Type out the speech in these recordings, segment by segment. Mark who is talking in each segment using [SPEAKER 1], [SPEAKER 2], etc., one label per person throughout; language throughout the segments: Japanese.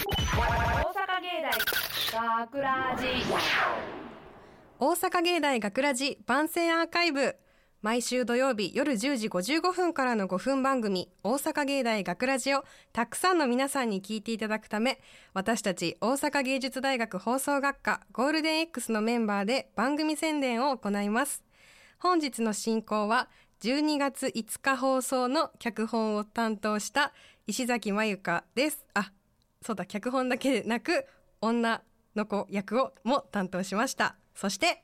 [SPEAKER 1] 大阪芸大学ラジ
[SPEAKER 2] 大阪芸大学ラジ番宣アーカイブ毎週土曜日夜10時55分からの5分番組「大阪芸大学ラジをたくさんの皆さんに聞いていただくため私たち大阪芸術大学放送学科ゴールデン X のメンバーで番組宣伝を行います本日の進行は12月5日放送の脚本を担当した石崎まゆかですあそうだ脚本だけでなく女の子役をも担当しましたそして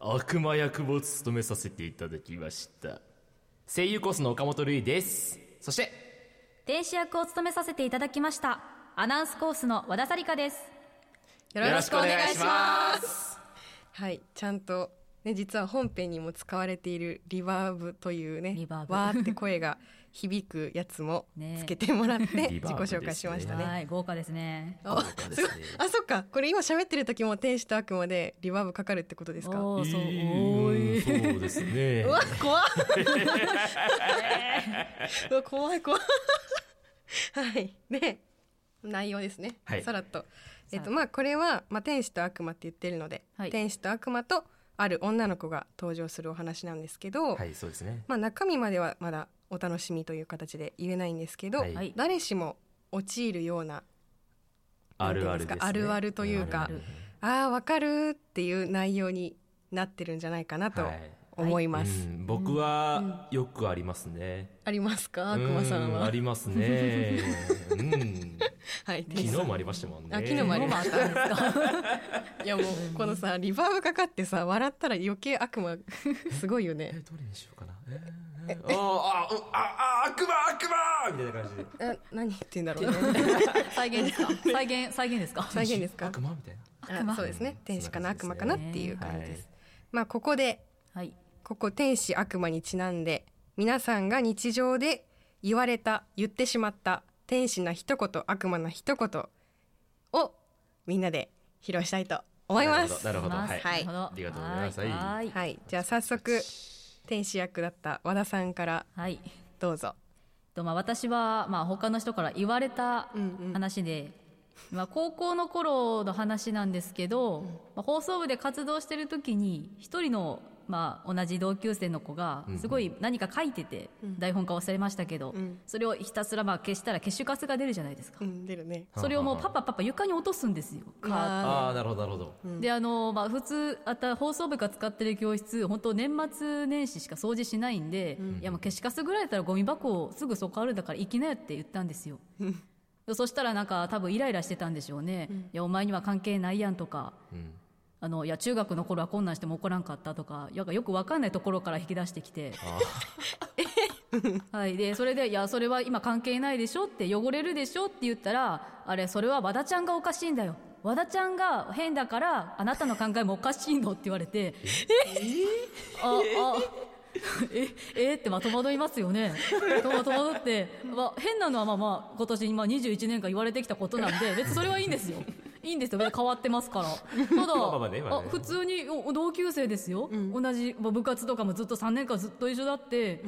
[SPEAKER 3] 悪魔役を務めさせていただきました声優コースの岡本瑠衣ですそして
[SPEAKER 4] 電子役を務めさせていただきましたアナウンスコースの和田紗理香です
[SPEAKER 2] よろしくお願いします。はい、ちゃんとね実は本編にも使われているリバーブというね
[SPEAKER 4] リバー、ブ
[SPEAKER 2] わーって声が響くやつも
[SPEAKER 4] ね
[SPEAKER 2] つけてもらって自
[SPEAKER 3] リ
[SPEAKER 2] 己
[SPEAKER 3] バーブですね
[SPEAKER 2] 紹介しましたね。
[SPEAKER 4] はい豪華ですね
[SPEAKER 2] あ
[SPEAKER 3] 豪華ですすね
[SPEAKER 2] ごいあ、そっか。これ今喋ってる時も天使と悪魔でリバーブかかるってことですか。うわ、
[SPEAKER 4] おーそう
[SPEAKER 3] う
[SPEAKER 4] お
[SPEAKER 3] ーん
[SPEAKER 4] ーい
[SPEAKER 3] そうですね
[SPEAKER 2] 怖っ。うわ、怖い怖い。はい。で、内容ですね。
[SPEAKER 3] はい
[SPEAKER 2] さらっと。えっと
[SPEAKER 4] さらっと
[SPEAKER 2] まあこれは、まあ、天使と悪魔って言ってるので、
[SPEAKER 4] はい
[SPEAKER 2] 天使と悪魔とある女の子が登場するお話なんですけど、
[SPEAKER 3] はいそうですね
[SPEAKER 2] まあ、中身まではまだお楽しみという形で言えないんですけど、
[SPEAKER 3] はい
[SPEAKER 4] はい
[SPEAKER 2] 誰しも陥るような
[SPEAKER 3] あるあるです、ね、
[SPEAKER 2] あるあるというか
[SPEAKER 3] あるある
[SPEAKER 2] あーわかるっていう内容になってるんじゃないかなと
[SPEAKER 3] はい
[SPEAKER 2] 思いま
[SPEAKER 3] う
[SPEAKER 2] す。
[SPEAKER 3] ん、僕はよくありますね、
[SPEAKER 2] ありますか
[SPEAKER 3] う
[SPEAKER 2] 悪魔さんは。
[SPEAKER 3] あります ねうん
[SPEAKER 2] はい、
[SPEAKER 3] 昨日もありましたもんね
[SPEAKER 2] あ昨日もありました
[SPEAKER 4] そうなんです か
[SPEAKER 2] いやもうこのさリバーブかかってさ笑ったら余計悪魔 すごいよね
[SPEAKER 3] え。どれにしようかなえー、えー、あーあーああ悪魔悪魔みたいな感じで
[SPEAKER 2] あ何言ってんだろうね。
[SPEAKER 4] 再現ですか再現再現ですか
[SPEAKER 2] 再現ですか
[SPEAKER 3] 悪魔みたいな
[SPEAKER 2] あそうですね天使かな悪
[SPEAKER 3] そん
[SPEAKER 2] 魔
[SPEAKER 3] な
[SPEAKER 2] か
[SPEAKER 3] 感
[SPEAKER 2] な
[SPEAKER 3] じ
[SPEAKER 2] っ
[SPEAKER 3] ですね
[SPEAKER 2] ていう感じです、
[SPEAKER 3] はい
[SPEAKER 2] まあここで
[SPEAKER 4] はい
[SPEAKER 2] ここ天使悪魔にちなんで皆さんが日常で言われた言ってしまった天使な一言悪魔な一言をみんなで披露したいと思います
[SPEAKER 3] なるほどなるほど
[SPEAKER 4] はい
[SPEAKER 3] はい
[SPEAKER 4] なるほど
[SPEAKER 3] ありがとうございます
[SPEAKER 4] はい
[SPEAKER 3] は
[SPEAKER 4] はい
[SPEAKER 2] はいじゃあ早速天使役だった和田さんから
[SPEAKER 4] はい
[SPEAKER 2] どうぞ
[SPEAKER 4] とまあ私はまあ他の人から言われた
[SPEAKER 2] うんうん
[SPEAKER 4] 話で、まあ高校の頃の話なんですけど、まあ放送部で活動してる時に一人のまあ同じ同級生の子が
[SPEAKER 3] うんうん
[SPEAKER 4] すごい何か書いてて、台本化忘れましたけど、
[SPEAKER 2] ん
[SPEAKER 4] それをひたすらまあ消したら消しカスが出るじゃないですか、
[SPEAKER 2] うん出るね
[SPEAKER 4] それをもうパパパパ床に落とすんですよカーッと
[SPEAKER 3] ああなるほどなるほど、
[SPEAKER 4] であの、まあ、普通あた放送部が使ってる教室本当年末年始しか掃除しないんで、いやもう消しカスぐらいだったらゴミ箱をすぐそこあるんだから行きなよって言ったん ですよでそしたらなんか多分イライラしてたんでしょうね、いやお前には関係ないやんとか
[SPEAKER 3] うん
[SPEAKER 4] あのいや中学の頃はこんなんしても怒らんかったとかなんかよくわかんないところから引き出してきて
[SPEAKER 3] あ
[SPEAKER 4] はい、でそれで「いやそれは今関係ないでしょ」って「汚れるでしょ」って言ったら「あれそれは和田ちゃんがおかしいんだよ和田ちゃんが変だからあなたの考えもおかしいの」って言われて「えああえ えってまあ戸惑いますよね戸戸惑って、まあ、変なのはまあまあ今年今21年間言われてきたことなんで別にそれはいいんですよいいんですよ別に変わってますからただ、
[SPEAKER 3] まあまあまあねまあね
[SPEAKER 4] あ普通にお同級生ですよ、同じまあ部活とかもずっと3年間ずっと一緒だって、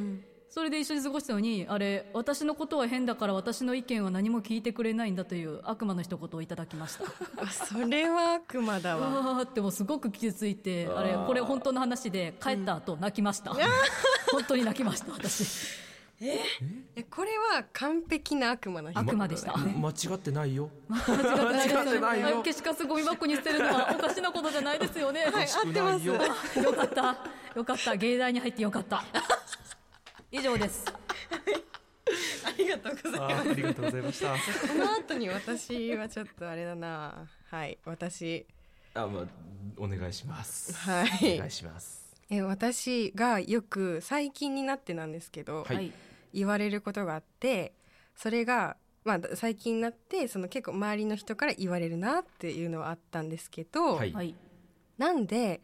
[SPEAKER 4] それで一緒に過ごしたのにあれ私のことは変だから私の意見は何も聞いてくれないんだという悪魔の一言をいただきました
[SPEAKER 2] あそれは悪魔だわ
[SPEAKER 4] ああってもうすごく傷ついてあれこれ本当の話で帰った後泣きました、 本当に泣きました私
[SPEAKER 2] えこれは完璧な悪魔の人
[SPEAKER 4] 悪魔でした
[SPEAKER 3] あ間違ってないよ
[SPEAKER 4] 間
[SPEAKER 3] 違ってないよ
[SPEAKER 4] 消しカスゴミ箱に捨てるのはおかしなことじゃないですよね、
[SPEAKER 2] はい合ってます
[SPEAKER 3] 少ないよ
[SPEAKER 4] よかったよかった芸大に入ってよかった以上です
[SPEAKER 2] ありがとうございます
[SPEAKER 3] ありがとうございました
[SPEAKER 2] この後に私はちょっとあれだなはい私
[SPEAKER 3] あまあお願いします
[SPEAKER 2] はい
[SPEAKER 3] お願いします
[SPEAKER 2] え私がよく最近になってなんですけど、
[SPEAKER 3] はい
[SPEAKER 2] 言われることがあってそれが、まあ、だ最近になってその結構周りの人から言われるなっていうのはあったんですけど、
[SPEAKER 3] はい
[SPEAKER 4] はい
[SPEAKER 2] なんで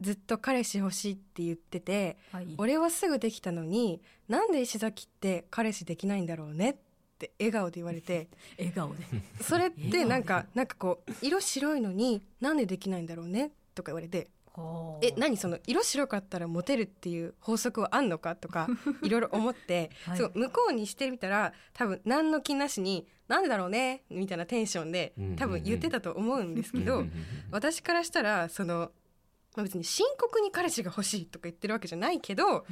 [SPEAKER 2] ずっと彼氏欲しいって言ってて
[SPEAKER 4] はい
[SPEAKER 2] 俺はすぐできたのになんで石崎って彼氏できないんだろうねって笑顔で言われて
[SPEAKER 4] 笑顔で
[SPEAKER 2] それってなんかなんかこう色白いのになんでできないんだろうねとか言われて
[SPEAKER 4] ほう
[SPEAKER 2] え何その色白かったらモテるっていう法則はあんのかと かいろいろ思って、
[SPEAKER 4] はい
[SPEAKER 2] そう向こうにしてみたら多分何の気なしに「なんでだろうね」みたいなテンションで
[SPEAKER 3] うんうんうん
[SPEAKER 2] 多分言ってたと思うんですけ
[SPEAKER 3] う
[SPEAKER 2] ど、
[SPEAKER 3] んうんうん
[SPEAKER 2] 私からしたらその、まあ、別に深刻に彼氏が欲しいとか言ってるわけじゃないけど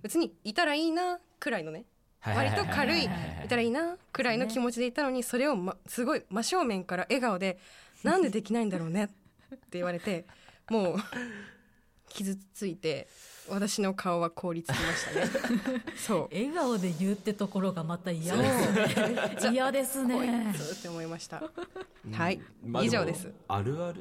[SPEAKER 2] 別にいたらいいなくらいのね割と軽いいたらいいなくらいの気持ちでいたのにそれを、ますごい真正面から笑顔で「なんでできないんだろうね」って言われてもう傷ついて私の顔は凍りつきました ね。そう
[SPEAKER 4] 笑顔で言うってところがまた嫌ですね嫌です
[SPEAKER 2] こい
[SPEAKER 4] ね
[SPEAKER 2] つって思いました。はい、
[SPEAKER 5] まあ
[SPEAKER 2] 以上です
[SPEAKER 5] も。あるある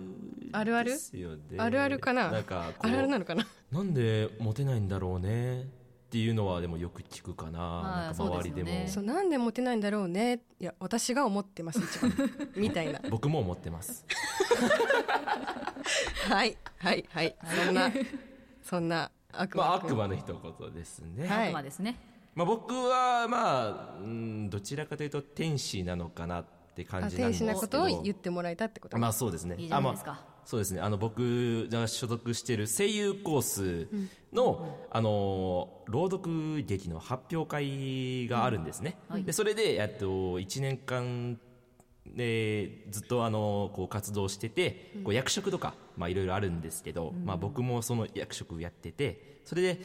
[SPEAKER 2] あるある
[SPEAKER 5] ですよね
[SPEAKER 2] あるあるかな。
[SPEAKER 5] なんかこ
[SPEAKER 2] あ
[SPEAKER 5] う
[SPEAKER 2] るあるなのかな。
[SPEAKER 5] なんでモテないんだろうねっていうのはでもよく聞くかな,、
[SPEAKER 4] はい
[SPEAKER 5] なんか周りでも
[SPEAKER 4] そうです
[SPEAKER 2] そ
[SPEAKER 4] よ
[SPEAKER 2] うなんでモテないんだろうね。いや私が思ってます一番 みたいな。
[SPEAKER 5] 僕も思ってます
[SPEAKER 2] はいはいはい。そんなそんな悪魔。
[SPEAKER 5] まあ悪魔の一言ですね、
[SPEAKER 2] はい
[SPEAKER 4] 悪魔ですね
[SPEAKER 5] まあ、僕はまあうんどちらかというと天使なのかなって感
[SPEAKER 2] あ
[SPEAKER 5] じなん
[SPEAKER 2] 天
[SPEAKER 5] です
[SPEAKER 2] 使
[SPEAKER 5] けど
[SPEAKER 2] なことを言ってもらえたってこと。
[SPEAKER 5] まあそうですね
[SPEAKER 4] いいじゃないですか
[SPEAKER 5] あまあそうですねあの僕が所属している声優コースの、あのー朗読劇の発表会があるんですね、でそれでえっと1年間でずっとあのこう活動しててこう役職とかまあいろいろあるんですけど、まあ、僕もその役職やっててそれで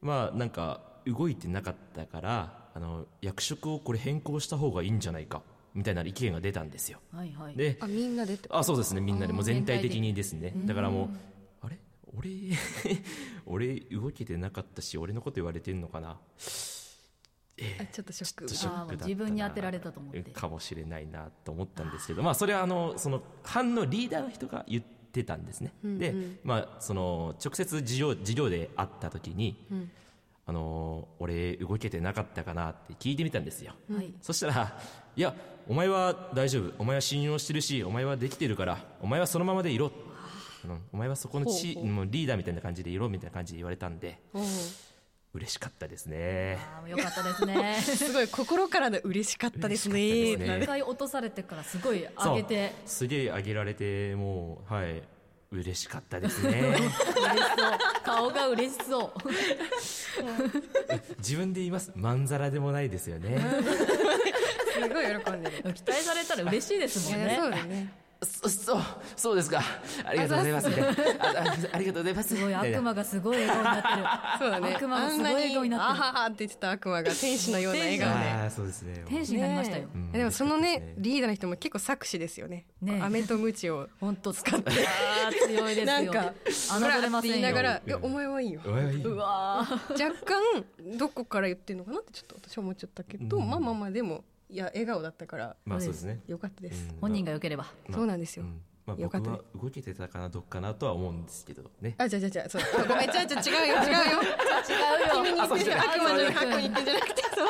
[SPEAKER 5] まあなんか動いてなかったからあの役職をこれ変更した方がいいんじゃないかみたいな意見が出たんですよ
[SPEAKER 4] はいはい
[SPEAKER 5] で
[SPEAKER 2] あみんなでってこと
[SPEAKER 5] あそうですねみんなで
[SPEAKER 4] あー
[SPEAKER 5] もう全体的にですねだからもうあれ俺 俺動けてなかったし俺のこと言われてんのかな
[SPEAKER 2] あちょっとショック
[SPEAKER 5] ちょっとショックだったな
[SPEAKER 4] あー自分に当てられたと思って
[SPEAKER 5] かもしれないなと思ったんですけどまあそれはあのその班のリーダーの人が言ってたんですね、で、まあ、その直接授業授業で会った時に、あの俺動けてなかったかなって聞いてみたんですよ、
[SPEAKER 4] はい
[SPEAKER 5] そしたら「いやお前は大丈夫お前は信用してるしお前はできてるからお前はそのままでいろ」うんお前はそこのチ
[SPEAKER 2] ほうほう
[SPEAKER 5] もうリーダーみたいな感じでいろ」みたいな感じで言われたんで
[SPEAKER 2] おう
[SPEAKER 5] 嬉しかったですね
[SPEAKER 4] あーよかったですね
[SPEAKER 2] すごい心からの嬉しかったですね
[SPEAKER 5] 嬉しかったです
[SPEAKER 4] 一
[SPEAKER 5] ね
[SPEAKER 4] 回落とされてからすごい上げて
[SPEAKER 5] そうすげえ上げられてもうはい嬉しかったです ね
[SPEAKER 4] 嬉しそう顔が嬉しそう
[SPEAKER 5] 自分で言いますまんざらでもないですよね
[SPEAKER 2] すごい喜んでる。
[SPEAKER 4] 期待されたら嬉しいですもん
[SPEAKER 2] いや
[SPEAKER 4] ね
[SPEAKER 2] そうだね。
[SPEAKER 5] そそうそうですかありがとうございますみたいなああありがとうございます
[SPEAKER 4] すごい悪魔がすごい笑顔になっ
[SPEAKER 2] そ
[SPEAKER 4] て
[SPEAKER 2] う
[SPEAKER 4] る
[SPEAKER 2] だね。
[SPEAKER 4] 悪魔がすごい笑顔
[SPEAKER 2] あんなに
[SPEAKER 4] になってる
[SPEAKER 2] あははって言ってた悪魔が 天使のような笑顔で。
[SPEAKER 5] ああそうですね
[SPEAKER 4] 天使になりましたよ、
[SPEAKER 2] えでもそのね
[SPEAKER 5] ね
[SPEAKER 2] リーダーの人も結構作詞ですよね。
[SPEAKER 4] ねえ
[SPEAKER 2] アメとムチを
[SPEAKER 4] 本当使って強いですよ
[SPEAKER 2] なんか
[SPEAKER 4] 侮れません
[SPEAKER 2] 言いなが
[SPEAKER 4] よ
[SPEAKER 2] らいやお前はいいよ。
[SPEAKER 5] おい
[SPEAKER 4] わあ
[SPEAKER 2] 若干どこから言ってるのかなってちょっと私は思っちゃったけど、
[SPEAKER 5] うん
[SPEAKER 2] まあまあまあでもいや笑顔だったから
[SPEAKER 5] まあそうですね
[SPEAKER 2] よかったです。
[SPEAKER 4] 本人が良ければ
[SPEAKER 2] そうなんですよ。
[SPEAKER 5] うんまあ、
[SPEAKER 2] よ
[SPEAKER 5] 僕
[SPEAKER 2] かったね
[SPEAKER 5] は動けてたかなどっかなとは思うんですけどね
[SPEAKER 2] あ、じゃあじゃあじゃあそうあごめん、じ ゃあじゃあ違うよ、違うよ。
[SPEAKER 4] 違う
[SPEAKER 2] 君に
[SPEAKER 4] よ
[SPEAKER 2] 言ってんじゃん悪魔の
[SPEAKER 4] あ
[SPEAKER 2] 悪魔に言ってんじゃなくて、そう。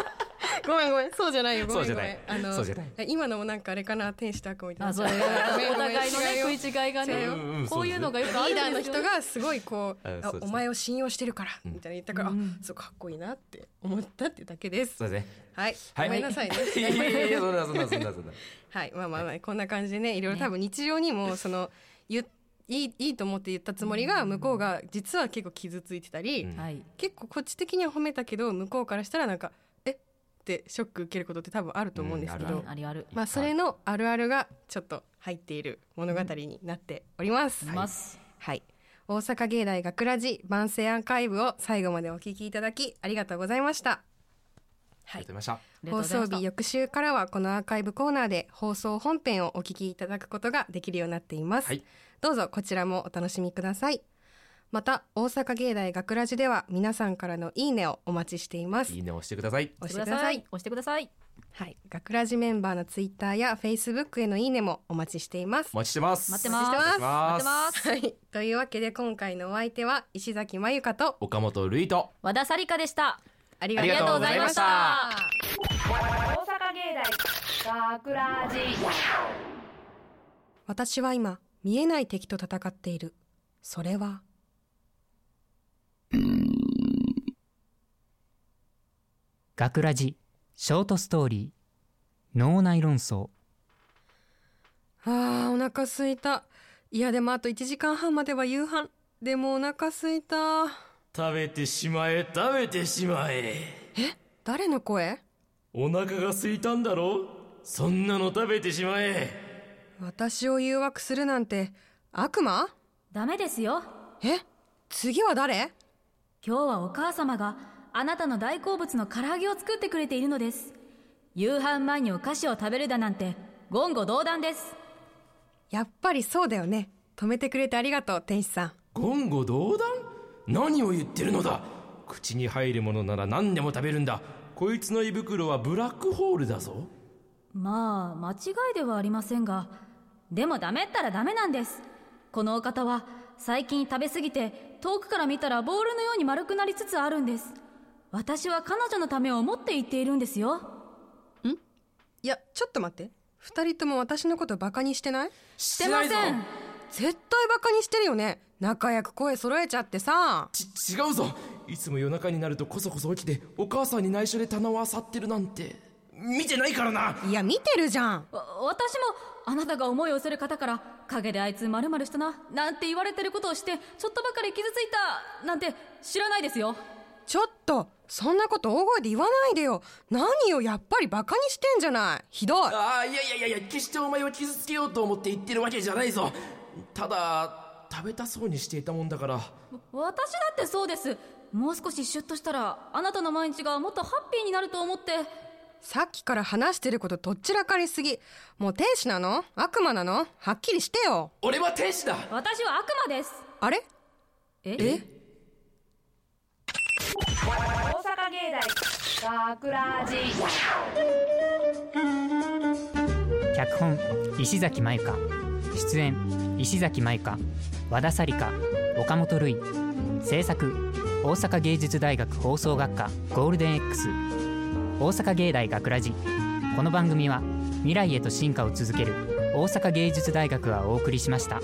[SPEAKER 2] ごめんごめん、そうじゃないよ、ごめんご
[SPEAKER 5] そうじゃな
[SPEAKER 2] めん
[SPEAKER 5] い。
[SPEAKER 2] あの
[SPEAKER 5] そうじゃない
[SPEAKER 2] 今のもなんかあれかな、天使と悪魔みたいな。
[SPEAKER 4] あそうだ
[SPEAKER 2] ごめん
[SPEAKER 4] お
[SPEAKER 2] ごめん
[SPEAKER 4] 互いのね
[SPEAKER 2] 違う
[SPEAKER 4] 食
[SPEAKER 2] よ
[SPEAKER 4] い違いがね
[SPEAKER 5] うんうん
[SPEAKER 4] こういうのがよくあ
[SPEAKER 2] リ
[SPEAKER 4] る
[SPEAKER 2] ー
[SPEAKER 4] ん
[SPEAKER 2] ダーの
[SPEAKER 4] ですよ
[SPEAKER 2] 人がすごいこう
[SPEAKER 5] あ
[SPEAKER 2] あ
[SPEAKER 5] そうですね
[SPEAKER 2] お前を信用してるからみたいな言ったから、
[SPEAKER 4] うん
[SPEAKER 2] あそうかっこいいなって思ったってだけです
[SPEAKER 5] そうですね
[SPEAKER 2] はい、
[SPEAKER 5] はい
[SPEAKER 2] ごめん なさいね
[SPEAKER 5] いやいやいやそんなそんなそんなそんな
[SPEAKER 2] はいまあまあまあこんな感じでねいろいろ多分日常にもその言っいいいいと思って言ったつもりが向こうが実は結構傷ついてたり、
[SPEAKER 5] うん
[SPEAKER 4] はい
[SPEAKER 2] 結構こっち的には褒めたけど向こうからしたらなんか「えっ?」てショック受けることって多分あると思うんですけど、
[SPEAKER 5] うん
[SPEAKER 4] あるある
[SPEAKER 2] まあ、それのあるあるがちょっと入っている物語になっております。
[SPEAKER 4] います
[SPEAKER 2] はい。大阪芸大学ラジ万世アーカイブを最後までお聞きいただきありがとうございました。放
[SPEAKER 5] ありがとうございました
[SPEAKER 4] ありがとうございま
[SPEAKER 2] 送
[SPEAKER 4] した
[SPEAKER 2] 日翌週からはこのアーカイブコーナーで放送本編をお聞きいただくことができるようになっています、
[SPEAKER 5] はい
[SPEAKER 2] どうぞこちらもお楽しみくださいまた大阪芸大学ラジでは皆さんからのいいねをお待ちしています
[SPEAKER 5] いいね押してください
[SPEAKER 2] 押
[SPEAKER 4] 押し
[SPEAKER 2] してて
[SPEAKER 4] く
[SPEAKER 2] く
[SPEAKER 4] だ
[SPEAKER 2] だ
[SPEAKER 4] さ
[SPEAKER 2] さ
[SPEAKER 4] い
[SPEAKER 2] い
[SPEAKER 4] 押してください
[SPEAKER 2] はい、学ラジメンバーのツイッターやフェイスブックへのいいねもお待ちしています
[SPEAKER 5] お待ちしてます
[SPEAKER 4] 待ってます
[SPEAKER 2] お待ちして
[SPEAKER 5] ます
[SPEAKER 4] 待ってます
[SPEAKER 2] はい、というわけで今回のお相手は石崎まゆかと
[SPEAKER 5] 岡本瑠衣と
[SPEAKER 4] 和田紗理香でした
[SPEAKER 2] あり
[SPEAKER 5] がとうございました
[SPEAKER 1] 大阪芸大学ラジ
[SPEAKER 2] 私は今見えない敵と戦っているそれは
[SPEAKER 6] 学ラジショートストーリー脳内論争
[SPEAKER 2] あーお腹すいたいやでもあと1時間半までは夕飯でもお腹すいた
[SPEAKER 5] 食べてしまえ食べてしまえ
[SPEAKER 2] 誰の声
[SPEAKER 5] お腹が空いたんだろそんなの食べてしまえ
[SPEAKER 2] 私を誘惑するなんて悪魔
[SPEAKER 4] ダメですよ
[SPEAKER 2] え次は誰
[SPEAKER 4] 今日はお母様があなたの大好物の唐揚げを作ってくれているのです夕飯前にお菓子を食べるだなんて言語道断です
[SPEAKER 2] やっぱりそうだよね止めてくれてありがとう天使さん
[SPEAKER 5] 言語道断何を言ってるのだ口に入るものなら何でも食べるんだこいつの胃袋はブラックホールだぞ
[SPEAKER 4] まあ間違いではありませんがでもダメったらダメなんですこのお方は最近食べ過ぎて遠くから見たらボールのように丸くなりつつあるんです私は彼女のためを思って言っているんですよ
[SPEAKER 2] いやちょっと待って二人とも私のことバカにしてない
[SPEAKER 4] してません
[SPEAKER 2] 絶対バカにしてるよね仲良く声揃えちゃってさ
[SPEAKER 5] ち違うぞいつも夜中になるとこそこそ起きてお母さんに内緒で棚を漁ってるなんて見てないからない
[SPEAKER 2] や見てるじゃん
[SPEAKER 4] わ私もあなたが思いを寄せる方から陰であいつまるしたななんて言われてることをしてちょっとばかり傷ついたなんて知らないですよ
[SPEAKER 2] ちょっとそんなこと大声で言わないでよ何よやっぱりバカにしてんじゃないひどい
[SPEAKER 5] ああいやいやいやいや決してお前を傷つけようと思って言ってるわけじゃないぞただ食べたそうにしていたもんだから
[SPEAKER 4] 私だってそうですもう少しシュッとしたらあなたの毎日がもっとハッピーになると思って
[SPEAKER 2] さっきから話してることどっちらかりすぎもう天使なの悪魔なのはっきりしてよ
[SPEAKER 5] 俺は天使だ
[SPEAKER 4] 私は悪魔です
[SPEAKER 2] あれ
[SPEAKER 4] え
[SPEAKER 1] 大阪芸大学ラジ
[SPEAKER 6] 脚本石崎舞香出演石崎舞香和田紗理香岡本瑠衣制作大阪芸術大学放送学科ゴールデン X 大阪芸大学ラジこの番組は未来へと進化を続ける大阪芸術大学がお送りしました。